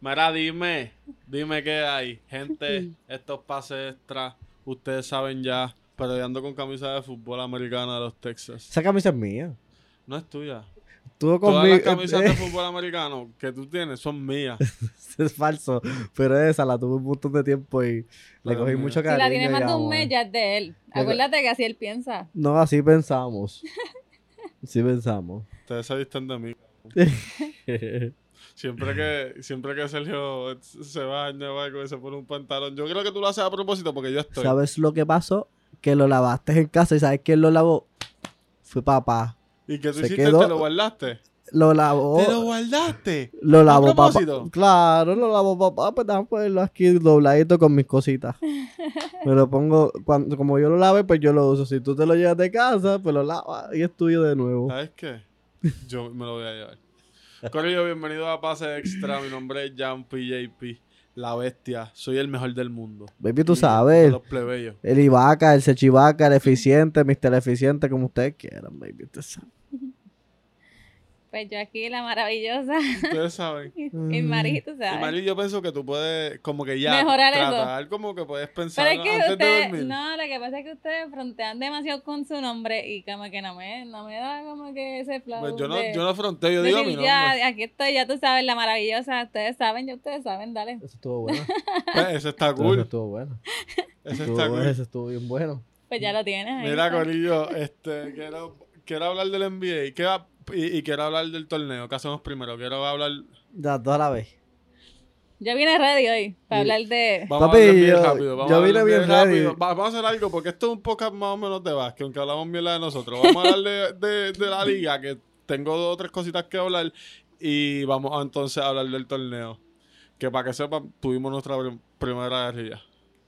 Mira, dime, dime qué hay. Gente, estos pases extra, ustedes saben ya, pero yo ando con camisa de fútbol americana de los Texas. Esa camisa es mía. No es tuya. Estuvo Todas conmigo. las camisas de fútbol americano que tú tienes son mías. es falso. Pero esa la tuve un montón de tiempo y le Dios cogí mío. mucho Si cariño. Si la tiene y más de un amor. mes, ya es de él. Acuérdate que así él piensa. No, así pensamos. Así pensamos. Ustedes se disten de mí. Siempre que, siempre que Sergio se baña o algo y se pone un pantalón. Yo creo que tú lo haces a propósito porque yo estoy. ¿Sabes lo que pasó? Que lo lavaste en casa y ¿sabes quién lo lavó? Fue papá. Y que tú Se hiciste, quedó- te lo guardaste. Lo lavó. Te lo guardaste. Lo lavó papá. propósito? Claro, lo lavó papá. Pues déjame ponerlo aquí dobladito con mis cositas. Me lo pongo, cuando, como yo lo lave, pues yo lo uso. Si tú te lo llevas de casa, pues lo lavas y es tuyo de nuevo. ¿Sabes qué? Yo me lo voy a llevar. Corillo, bienvenido a Pase Extra. Mi nombre es Jan PJP, la bestia. Soy el mejor del mundo. Baby, tú Y de sabes. Los plebeyos. El Ibaka, el Sechivaca, el eficiente, Mr. Eficiente, como ustedes quieran, baby. Ustedes saben. Pues yo aquí, la maravillosa. Ustedes saben. Y Mm. Marito, Y Mari, ¿sabes? yo pienso que tú puedes, como que ya, Mejorar eso. tratar como que puedes pensar Pero es que antes de ustedes, dormir. no, lo que pasa es que ustedes frontean demasiado con su nombre y como que no me, no me da como que ese flow. Pues yo no, de- yo no fronteo, yo de digo decir, mi nombre. ya, aquí estoy, ya tú sabes, la maravillosa. Ustedes saben, ya ustedes saben, dale. Eso estuvo bueno. Pues, ese está Eso cool. estuvo bueno. Ese Estuvo está bueno, cool. Eso estuvo bien bueno. Pues ya lo tienes ahí. Mira, está. Corillo, este, quiero, quiero hablar del NBA ¿Qué va- y, y quiero hablar del torneo. ¿Qué hacemos primero? Quiero hablar. Ya, toda la vez. Yo vine ready hoy para hablar de. Vamos Papi, a hablar bien yo- rápido. Vamos yo a hablar vine bien rápido. ready. Va- vamos a hacer algo porque esto es un podcast más o menos de básquet, aunque hablamos mierda de nosotros. Vamos a hablar de, de- de la liga, que tengo dos o tres cositas que hablar. Y vamos a, entonces a hablar del torneo. Que para que sepan, tuvimos nuestra prim- primera guerrilla.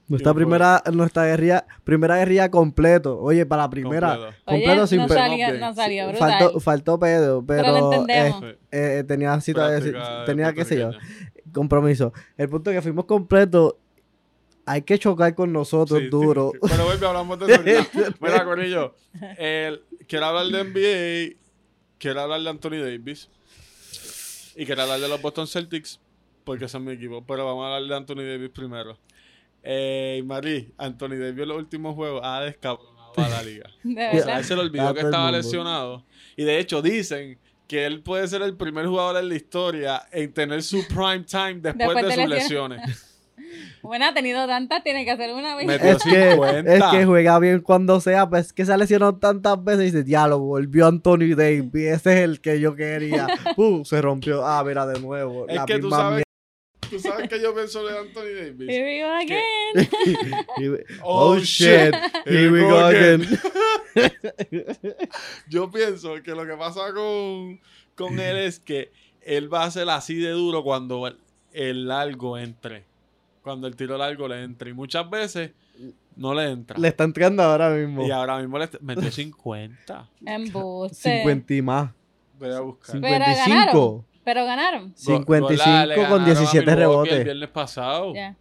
Nuestra Bien, primera, nuestra guerrilla, primera guerrilla completo. Oye, para la primera. Completo. Completo Oye, sin no pe- salió, bien. no salió, brutal. Faltó, faltó Pedro, pero, Pero lo eh, entendemos. Sí. eh, tenía cita de, Práctica de tenía qué sé yo, puertorriqueña. compromiso. El punto es que fuimos completos. Hay que chocar con nosotros Sí, sí, duro. sí. Pero vuelve, hablamos de eso. ahorita. Mira, Corillo, el- quiero hablar de NBA, quiero hablar de Anthony Davis y quiero hablar de los Boston Celtics porque son mi equipo. Pero vamos a hablar de Anthony Davis primero. Eh, Marí, Anthony Davis en los últimos juegos ha descabronado a la liga. De O sea, verdad. él se le A olvidó todo que el estaba mundo. lesionado. Y de hecho, dicen que él puede ser el primer jugador en la historia en tener su prime time después, Después de, de sus lesiones. lesiones. Bueno, ha tenido tantas, tiene que hacer una vez. Metió Es que, 50. es que juega bien cuando sea, pues es que se ha lesionado tantas veces y dice, ya lo volvió Anthony Davis, ese es el que yo quería. Uh, se rompió. Ah, mira, de nuevo. Es la que tú misma sabes, tú sabes que yo pienso de Anthony Davis. Here we go again. mierda. Oh, shit. Here we go again. Yo pienso que lo que pasa con, con él es que él va a ser así de duro cuando el- el largo entre. Cuando el tiro largo le entre. Y muchas veces no le entra. Le está entrando ahora mismo. y ahora mismo le está- metió 50. Embuste. 50 y más. Voy a buscar. Pero ganaron. 55. Pero ganaron. Go- 55 gola- le con ganaron a 17 Milwaukee El rebotes. viernes pasado. Ya.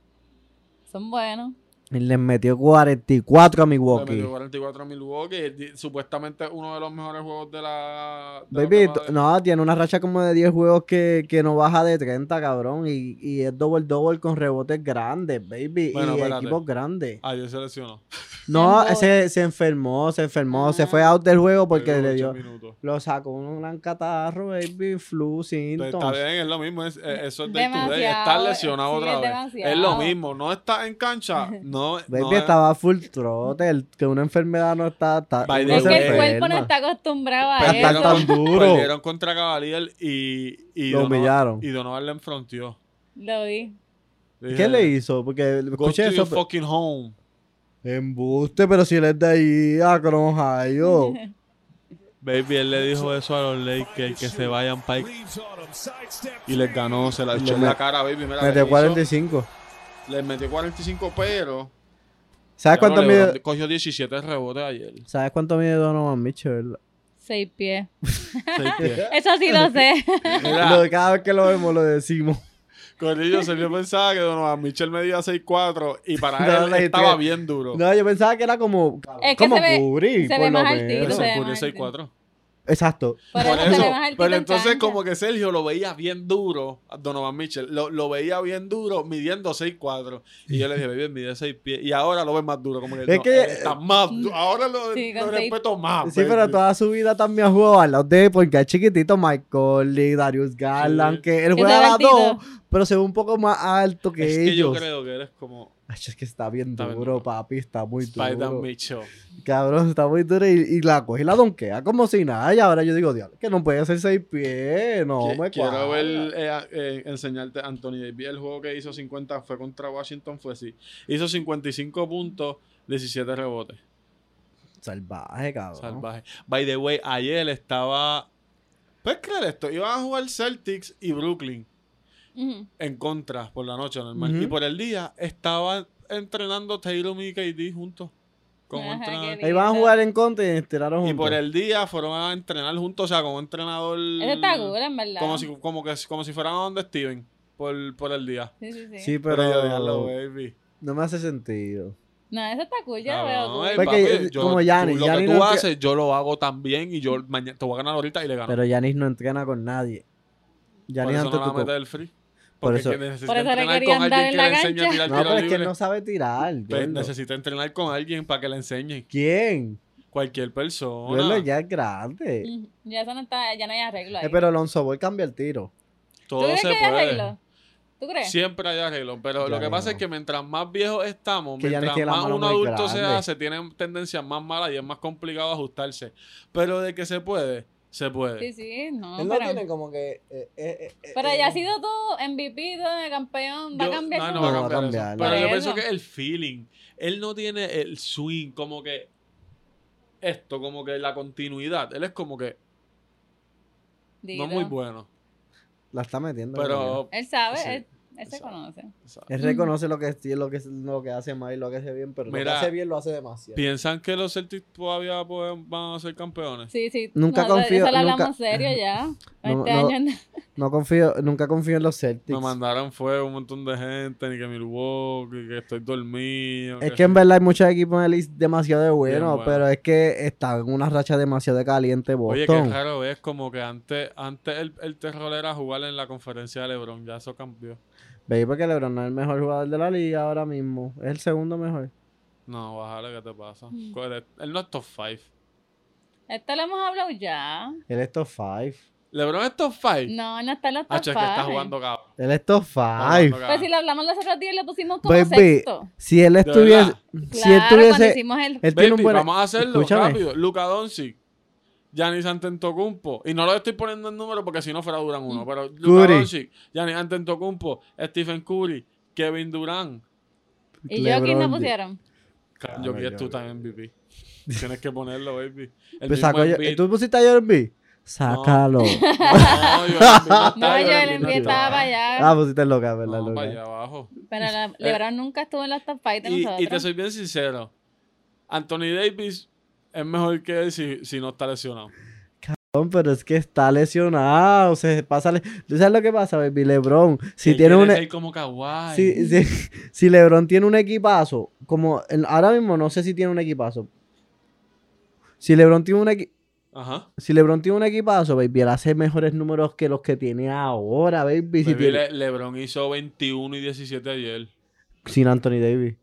Son buenos. Y les metió 44 a Le Milwaukee. metió 44 a Milwaukee. y di- Supuestamente uno de los mejores juegos de la. de la Baby, temporada. t- no, tiene una racha como de 10 juegos que, que no baja de 30, cabrón. Y, y es double-double con rebotes grandes, baby. Bueno, y espérate. equipos grandes. Ah, Ayer se lesionó. No, Embo- se, se enfermó, se enfermó. Se Ah. fue out del juego porque Pegó le ocho dio... minutos. Lo sacó un gran catarro, baby. Flu, Pero síntomas. Pues Está bien, es lo mismo. es- eh, eso es day to day. Demasiado, Estar lesionado sí, otra es vez. demasiado. Es lo mismo. No está en cancha. No, Baby, no eh. estaba full trote. el- que una enfermedad no está... está By the uno Es se way, que el cuerpo no enferma. está acostumbrado a Pero eso. está tan duro. Perdieron contra Cavalier y, y Lo Donovan- humillaron. Y Donovan le enfrontió. Lo vi. ¿Qué le hizo? Porque Go to escuché your eso. pero- fucking home. Embuste, pero si él es de ahí, Akron, Ohio. Baby, él le dijo eso a los Lakers, que se vayan para Y les ganó, se la Le echó en la met- cara, baby. Mira, le Metió hizo- 45. le metió 45, pero... ¿Sabes ya no, cuánto LeBron mide? Cogió 17 rebotes ayer. ¿Sabes cuánto mide Donovan Mitchell? Seis pies. Seis pies. Eso sí lo sé. Mira, Lo de cada vez que lo vemos lo decimos. Corillo, Sergio pensaba que Donovan Mitchell medía 6'4 y para No, él la estaba historia- bien duro. No, yo pensaba que era como Es que como se ve- Curry, se ve por lo más altito, Pero menos. se ve Curry es más alto. 6'4. Exacto. Por Por eso se le eso, baja el tiro pero en entonces cancha. como que Sergio lo veía bien duro, a Donovan Mitchell, lo, lo veía bien duro midiendo 6'4". Y yo le dije, baby, mide 6 pies. Y ahora lo ves más duro, como que, Es no, que- él está más du- Ahora lo, Sí, lo con seis- respeto más. Sí, pero baby. toda su vida también ha jugado al lado de porque es chiquitito Michael Lee, Darius Garland, Sí. que él Es juega a las divertido. dos, pero se ve un poco más alto que es ellos. que yo creo que eres como Ay, es que está bien Está bien duro, duro. papi, está muy Spider duro. Mitchell. Cabrón, está muy duro y, y la coge y la donquea como si nada. Y ahora yo digo, Dios, que no puede hacer seis pies, no Qui- me cuadra. Quiero ver, eh, a- eh, enseñarte, Anthony Davis. El juego que hizo 50 fue contra Washington, fue así. Hizo 55 puntos, 17 rebotes. Salvaje, cabrón. Salvaje. By the way, ayer estaba. ¿Puedes creer esto? Iban a jugar Celtics y Brooklyn Ujú. en contra por la noche normal. Ujú. Y por el día estaban entrenando Taylor y KD juntos. Como Ajá, entrenador. qué Ahí van a jugar en contra y estiraron Y juntos. por el día fueron a entrenar juntos, o sea, como entrenador. Ese está cool, en verdad. Mm, como, si, como, que, como si fueran a donde Steven por, por el día. Sí, sí, sí. Sí, pero, Pero, yo diablo, baby. no me hace sentido. No, ese está cool, yo lo Cabrón, veo cool. el Porque papi, yo- como Giannis, tú- lo Giannis que tú no- haces, yo lo hago también y yo mañana te voy a ganar ahorita y le gano. Pero Yanis no entrena con nadie. por Yanis eso no antes la mete del free. Por Porque eso- que necesita Por eso le entrenar quería con andar alguien en que la le enseñe a cancha. tirar No, tiro pero es que libre. él no sabe tirar. Pues gordo. necesita entrenar con alguien para que le enseñe. ¿Quién? Cualquier Gordo persona. ya es grande. Ujú. Ya eso no está, ya no hay arreglo ahí. Eh, pero Alonso Boy cambia el tiro. ¿Tú Todo crees se que hay puede. arreglo? ¿Tú crees? Siempre hay arreglo. Pero Ya lo que ni pasa no. es que mientras más viejos estamos, Que ya ni mientras tiene la más mano un muy adulto se grande. hace, tienen tendencias más malas y es más complicado ajustarse. Pero de que se puede, se puede. Sí, sí, no, él no pero... tiene como que. eh, eh, eh, Pero eh, ya ha sido todo MVP, todo de campeón, va Yo- a cambiar no, su no juego. va a No, va a cambiar eso. cambiar, Pero no. yo Por pienso eso. que el feeling. Él no tiene el swing, como que. Esto, como que la continuidad. Él es como que no Dilo. muy bueno. La está metiendo. mira. Pero. Él sabe, Sí, él, él se sabe. conoce. exacto. Él reconoce lo que, sí, lo, que, lo que hace mal y lo que hace bien, pero lo Mira. que hace bien lo hace demasiado. ¿Piensan que los Celtics todavía pueden- van a ser campeones? Sí, sí. Nunca no, eso- confío- Eso lo hablamos nunca- serio ya. No, Este no. año No confío, nunca confío en los Celtics. Me mandaron fue un montón de gente, ni que Milwaukee, que estoy dormido. Es que en verdad hay muchos equipos en el East demasiado de buenos, bueno. pero es que están en una racha demasiado de caliente Oye, qué Boston. raro es, como que antes, antes el, el terror era jugar en la conferencia de LeBron, ya eso cambió. Veis porque LeBron no es el mejor jugador de la liga ahora mismo. Es el segundo mejor. No, bájale, ¿qué te pasa? Mm. ¿Cuál es? Él no es top 5. Esto lo hemos hablado ya. Él es top 5. LeBron es top 5. No, no está en los top Ah, che, que está five. jugando cabrón. Él es top Está jugando 5. Pues si cabrón. lo hablamos los otros días, lo pusimos como Baby, sexto. Si él De estuviese. verdad. Si él Claro, cuando tuviese. hicimos el... Él tiene un Baby, buen. vamos a hacerlo Escúchame. rápido. Luka Doncic, Giannis Antetokounmpo. Y no lo estoy poniendo en número porque si no fuera duran uno. Pero Luka Curry. Doncic, Giannis Antetokounmpo, Stephen Curry, Kevin Durant. Y yo aquí no LeBron- pusieron. Claro, Claro, Jokic es tú Jokic. también MVP. Tienes que ponerlo, baby. El Pues sacó mismo yo- Embiid. ¿Tú pusiste a Jordan B? Sácalo. No, yo No, yo el Embiid NBA estaba para allá. Ah, pusiste loca, ¿verdad? No, para allá loca. abajo. Pero la- LeBron nunca estuvo en los top five de Eh, Y, y te nosotros. soy bien sincero. Anthony Davis es mejor que él si, si no está lesionado. Cabrón, Pero es que está lesionado. Se pasa. le- ¿Tú sabes lo que pasa, baby? LeBron. Si Él tiene quiere un. ser como Kawhi. si, si- si LeBron tiene un equipazo, como en- ahora mismo no sé si tiene un equipazo. Si LeBron tiene un equi- Ajá. si LeBron tiene un equipazo, baby, él hace mejores números que los que tiene ahora, baby. Si Baby, tiene- Le- LeBron hizo 21 y 17 ayer. sin Anthony Davis.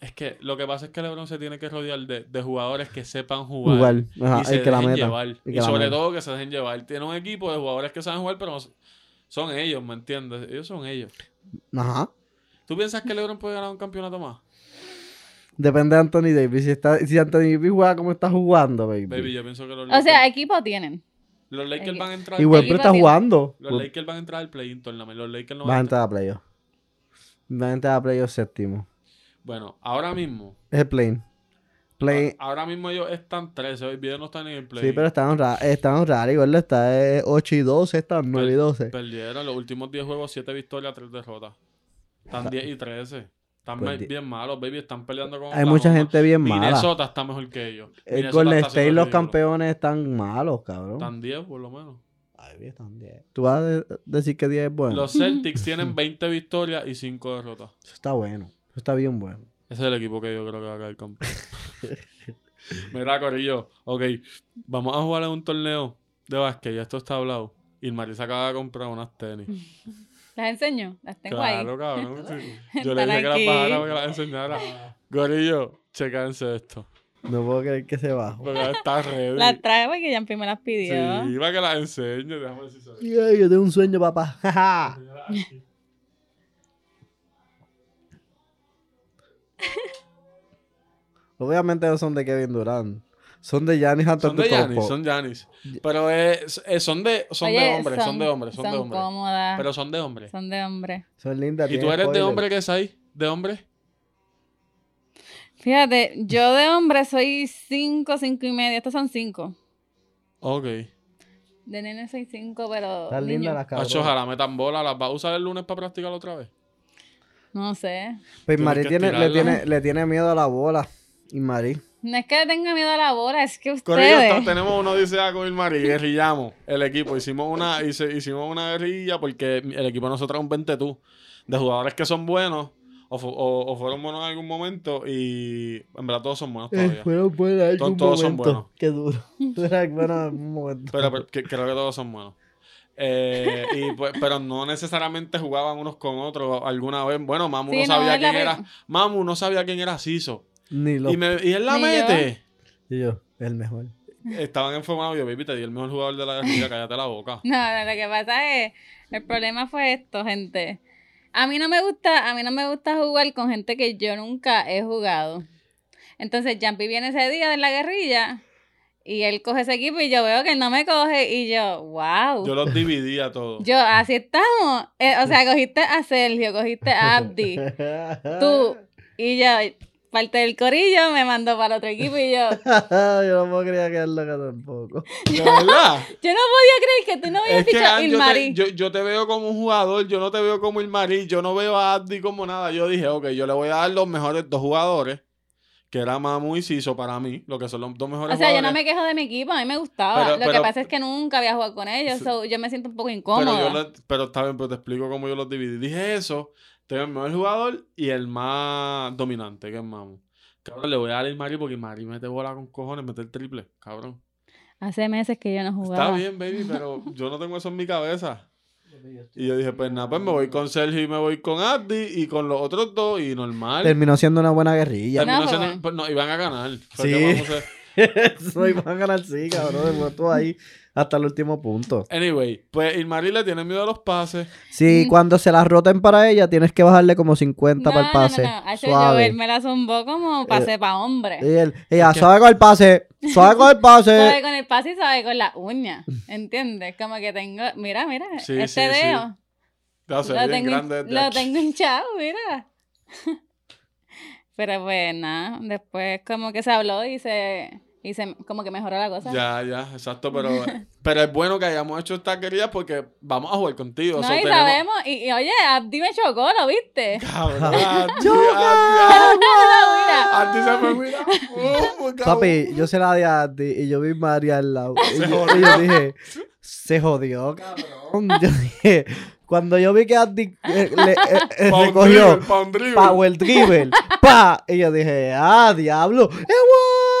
Es que lo que pasa es que LeBron se tiene que rodear de, de jugadores que sepan jugar. Igual, ajá, Y se el que la dejen meta. llevar. el que Y la sobre meta. todo que se dejen llevar. Tiene un equipo de jugadores que saben jugar, pero no son- son ellos, ¿me entiendes? Ellos son ellos. Ajá. ¿Tú piensas que LeBron puede ganar un campeonato más? Depende de Anthony Davis. Si, está, si Anthony Davis juega como está jugando, baby. Baby, yo pienso que los O Lakers, sea, eh, equipo tienen. los Lakers van a entrar y al Westbrook play-in. está tiene- jugando. Pues, Los Westbrook- Lakers van a entrar al play-in tournament. Los Lakers no Va van a a entrar. entrar a playoff. Va a entrar a playoff séptimo. Bueno, ahora mismo. Es el play. Play. a- Ahora mismo ellos están 13. Hoy día no están en el Ah, play-in. Sí, pero están raros, están raros, igual está eh, 8 y 12, están 9 y 12. Perdieron los últimos 10 juegos, 7 victorias, 3 derrotas. Están 10 y 13. Están Pues me- di- bien malos, baby. Están peleando con. Hay mucha Oklahoma. gente bien mala. Minnesota está mejor que ellos. El Minnesota Golden está haciendo State, el los ridículo. campeones están malos, cabrón. Están 10 por lo menos. Ay, están 10. Tú vas a de- decir que 10 es bueno. Los Celtics tienen 20 victorias y 5 derrotas. Eso está bueno. Eso está bien bueno. Ese es el equipo que yo creo que va a caer campeón. Mira, Corillo, ok, vamos a jugar a un torneo de básquet, ya esto está hablado. Y Marisa acaba de comprar unas tenis. Las enseño, las tengo claro, ahí. cabrón. sí. Yo le Están dije que las aquí. bajara para que las enseñara. Corillo, chequense esto. No puedo creer que se bajó. Porque está ready. Las trae porque Yampi me las Sí, pidió. para que las enseñe. Déjame ver si se ve. Ay, yo tengo un sueño, papá. Ja, ja. Señora, aquí. Obviamente no son de Kevin Durant. Son de Giannis Son de Yanis, Antetokounmpo. son Yanis. Pero es- es- son de son de Oye, hombres, son, de hombres, son, de hombres. cómodas. Pero son de hombres. Son de hombre. Son lindas. ¿Y tú tienen eres de spoiler. hombre que es ahí? ¿De hombre? Fíjate, yo de hombre soy 5, 5 y media. Estos son 5. Ok. De nene soy 5, pero. Están niño, lindas las cabronas. Hacho, ojalá metan bola. ¿Las vas a usar el lunes para practicar otra vez? No sé. Pues Tienes Mari que tiene, le, estirarla. tiene, le tiene miedo a la bola. Y Mari. No es que le tenga miedo a la bola, es que Correcto, ustedes. tenemos uno dice a con Mari y guerrillamos el equipo. Hicimos una, hice- hicimos una guerrilla porque el equipo de nosotros es un 20 tú. De jugadores que son buenos o, fu- o- o fueron buenos en algún momento y en verdad todos son buenos Eh, todavía. fueron buenas. en Todos- algún todos son momento. buenos. Qué duro. Fueron buenas en un momento. Pero, pero que- creo que todos son buenos. Eh, y pues, pero no necesariamente jugaban unos con otros alguna vez. Bueno, Mamu Sí, no no, sabía es la quién pri- era. Mamu no sabía quién era Siso. Ni lo. Y, me- y él la Ni mete. Y yo, el mejor. Estaban enfomados. Yo, baby, te di el mejor jugador de la guerrilla. Cállate la boca. No, no, lo que pasa es. El problema fue esto, gente. A mí no me gusta, a mí no me gusta jugar con gente que yo nunca he jugado. Entonces, Jumpy viene ese día de la guerrilla y él coge ese equipo y yo veo que él no me coge y yo, wow. Yo los dividía todos. Yo, así estamos. Eh, o sea, cogiste a Sergio, cogiste a Abdi. Tú. Y yo, parte del corillo, me mandó para otro equipo y yo, yo no puedo creer que es loca tampoco. De verdad. yo no podía creer que tú no habías Es que fichado a Ann, yo, te, Ilmari. yo, yo te veo como un jugador, yo no te veo como Ilmarí, yo no veo a Abdi como nada. Yo dije, ok, yo le voy a dar los mejores dos jugadores, que era Mamu y Siso para mí, lo que son los dos mejores O sea, yo no me jugadores. quejo de mi equipo, a mí me gustaba. Pero- lo pero- que pasa es que nunca había jugado con ellos, Sí. so, yo me siento un poco pero, incómoda. yo lo- pero está bien, pero te explico cómo yo los dividí. Dije eso, tengo el mejor jugador y el más dominante, que es Mamu. Cabrón, le voy a dar a Ilmari porque Ilmari mete bola con cojones, mete el triple, cabrón. Hace meses que yo no jugaba. Está bien, baby, pero yo no tengo eso en mi cabeza. Y yo dije, pues nada, pues me voy con Sergio y me voy con Abdi y con los otros dos y normal. Terminó siendo una buena guerrilla. Terminó No, siendo- pues. pues, no, iban a ganar. Fue Sí. que vamos a- Eso iba a ganar sí, cabrón. Se fue todo ahí hasta el último punto. Anyway, pues Ilmari le tiene miedo a los pases. Si Mm. cuando se las roten para ella, tienes que bajarle como 50 No, para el pase. no, no, no. Acho, Suave. Eh, Joel me la zumbó como pase para hombre. Y él, ella, Es que- suave con el pase. Suave con el Sabe pase. con el pase y sabe con la uña. ¿Entiendes? Como que tengo. Mira, mira, Sí, este sí, sí. dedo. Ya sé, lo bien tengo, hin- grande. lo tengo hinchado, mira. Pero pues nada, después como que se habló y se, y se como que mejoró la cosa. Ya, ya, exacto. Pero, pero es bueno que hayamos hecho esta querida porque vamos a jugar contigo. no, so y tenemos- sabemos, y, y, oye, Abdi me chocó, ¿lo viste? Cabrón, Abdi, Abdi, Mira, Abdi se fue, mira. Uh, cabrón. Papi, yo se la di a Andy y yo vi a María al lado. Y Se yo, y yo dije, se jodió, cabrón. Yo dije, cuando yo vi que Andy eh, le, eh, eh, Pa' un recogió dribble, pa' un dribble. Power Dribble, pa, y yo dije, ah, diablo, ¡eh,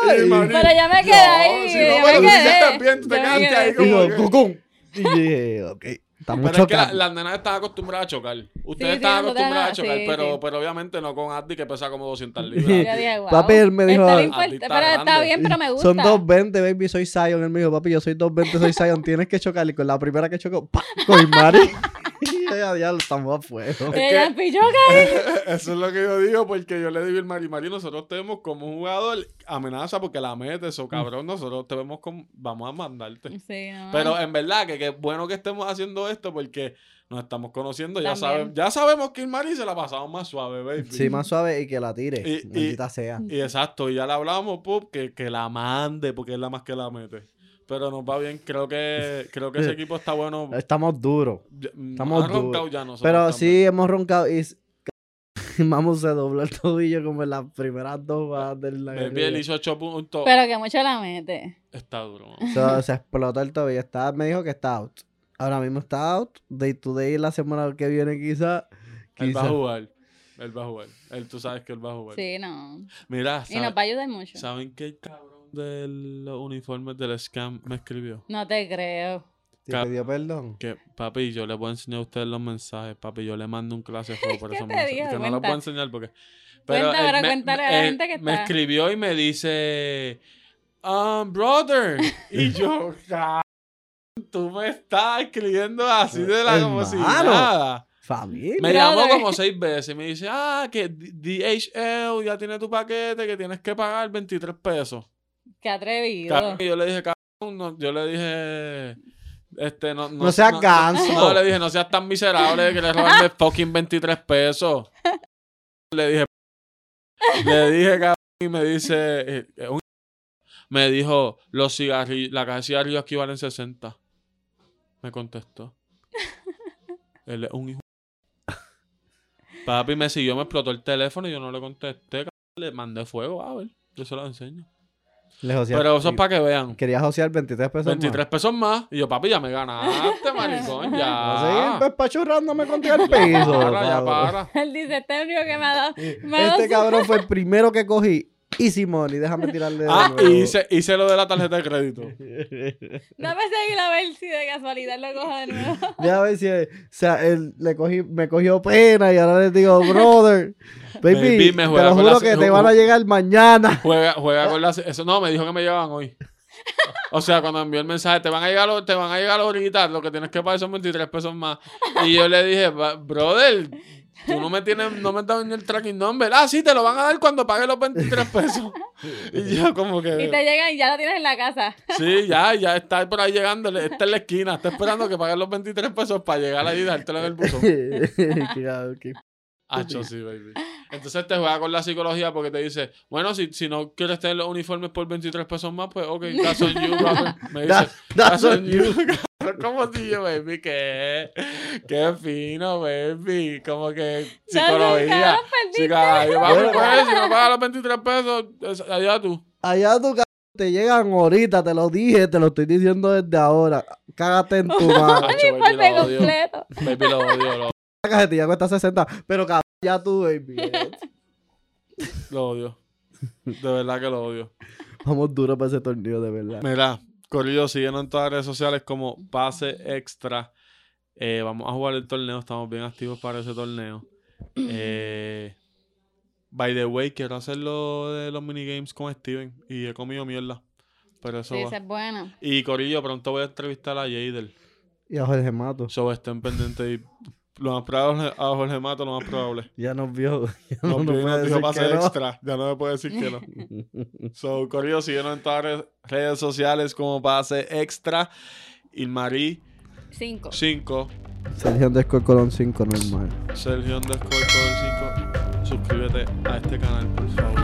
Y guay! María- Pero yo me quedé No, ahí, si no, yo pero me tú quedé. estás bien, tú te Yo me quedaste ahí quedé. Y como yo, que- cucum. Y yo dije, ok, está Pero mucho es que la- ca- las nenas están acostumbradas a chocar. Ustedes sí, están nosotras acostumbradas a no, chocar, sí, pero, sí. pero obviamente no con Abdi que pesa como 200 Sí. libras. Yo dije, wow. Papi, él me dijo, está bien Abdi fuerte, está pero está grande. bien, pero me gusta. Son 220, baby, soy Zion. Él me dijo, papi, yo soy 220, soy Zion, tienes que chocar. Y con la primera que chocó, ¡pa! Con Mari. y ella, diablo, estamos a fuego. Y Es ella, que- "Pillo, cariño". Eso es lo que yo digo, porque yo le digo el Mari Mari, nosotros tenemos como un jugador amenaza porque la metes o Mm. cabrón, nosotros te vemos como, vamos a mandarte. Sí, no. Pero en verdad que que es bueno que estemos haciendo esto porque nos estamos conociendo, ya, También. sabemos ya sabemos que el Mari se la pasamos más suave, baby. Sí, más suave y que la tire. Y- y- maldita sea. Y exacto, y ya le hablamos, pup, que, que la mande porque es la más que la mete. Pero nos va bien, creo que, creo que ese equipo está bueno. Estamos duros. Ya- Eh, mm, Estamos ha roncado duros. ya nosotros Pero también. sí, hemos roncado y... s- Mamu se dobló el tobillo como en las primeras dos bajas del Baby, él hizo 8 puntos. Pero que mucho la mete. Está duro. mano. So, se explotó el tobillo. Está, me dijo que está out. Ahora mismo está out. Day to day, la semana que viene quizá. Él va a quizá. jugar. Él va a jugar. Él, tú sabes que él va a jugar. Sí, no. Mira, Y nos ¿saben, va a ayudar mucho. ¿saben qué el cabrón de los uniformes del scam me escribió? No te creo. ¿Te Ca- pidió perdón? Que, papi, yo le voy a enseñar a ustedes los mensajes. Papi, yo le mando un clase de juego por ¿Qué esos te mensajes. dijo? Que no los Cuenta. voy a enseñar porque. Cuenta, él pero me- cuéntale a la él gente que Me está. escribió y me dice. Um, brother. Y yo, "Ca- tú me estás escribiendo así de la como si Hermano. nada. Familia. Me llamó Brother. como seis veces y me dice, ah, que D- DHL ya tiene tu paquete, que tienes que pagar 23 pesos. Qué atrevido. Cabrón, y yo le dije, cabrón, no- yo le dije, este, no, No seas ganso. No, le dije, no seas tan miserable que le roban de fucking 23 pesos. Le dije, le dije, cabrón, y me dice, eh, eh, un- me dijo, los cigarrillos, la caja de cigarrillos aquí valen 60. Me contestó. Él es un hijo. Papi me siguió, me explotó el teléfono y yo no le contesté. cabrón. Le mandé fuego, a ver, yo se lo enseño. Le joseaste. Pero eso es para que vean. Quería josear 23 pesos 23 pesos más. Y yo, papi, ya me ganaste, maricón, más. ya. Seguir pespachurrándome contra el Ah. Ya piso. para, ya pablo. para. Él dice, este es el único que me ha dado. Me ha dado Este su- cabrón fue el primero que cogí. Easy money, déjame tirarle de Ah, nuevo. y hice, hice lo de la tarjeta de crédito. Dame seguir a ver si de casualidad lo cojo de nuevo. Ya ves si o sea, él le cogí, me cogió pena y ahora le digo, brother, baby, Baby, me te juega lo con uh. juro las- que te van a llegar mañana. Juega, juega con las. Eso, no, me dijo que me llevaban hoy. O sea, cuando envió el mensaje, te van a llegar, lo- te van a llegar ahorita, lo que tienes que pagar son 23 pesos más. Y yo le dije, "Ba- brother, tú no me tienes, no me has dado ni el tracking number. Ah, sí, te lo van a dar cuando pague los 23 pesos. Y yo como que... Y te llegan y ya lo tienes en la casa. Sí, ya, ya está por ahí llegando. Está en la esquina. Está esperando que paguen los 23 pesos para llegar ahí y dártelo en el buzón. Claro, que- Hacho, sí, baby. Entonces te juega con la psicología porque te dice, bueno, si, si no quieres tener los uniformes por 23 pesos más, pues ok, that's on you, brother. Me dice, That- that's on on you. Como si yo, baby, que qué fino, baby. Como que psicología. cabrón, perdiste. Chica, yo, papi, Bueno. pues, si no pagas los 23 pesos, es- allá tú. Allá tu ca- te llegan ahorita, te lo dije, te lo estoy diciendo desde ahora. Cágate en tu Hacho, madre. baby, Uniforme lo odio. completo. Baby, lo odio, lo, La cajetilla cuesta 60, pero cabrón, ya tú, baby. lo odio. De verdad que lo odio. Vamos duro para ese torneo, de verdad. Mira, Corillo, síguenos en todas las redes sociales como Pase Extra. Eh, vamos a jugar el torneo, estamos bien activos para ese torneo. Eh, by the way, quiero hacer lo de los minigames con Steven y he comido mierda. Pero eso Sí, va. esa es buena. Y Corillo, pronto voy a entrevistar a Jader. Y a Jorge Mato. So estén pendientes y lo más probable a Jorge Mato, lo más probable. Ya nos vio. Ya No, no, nos no, puede decir dijo que pase no. extra. Ya no me puede decir que no. So, Corillo, síguenos en todas las redes sociales como Pase Extra. Ilmarí Cinco. 5, Sergio Underscore Colón 5, normal. Sergio Underscore Colón 5. Suscríbete a este canal, por favor.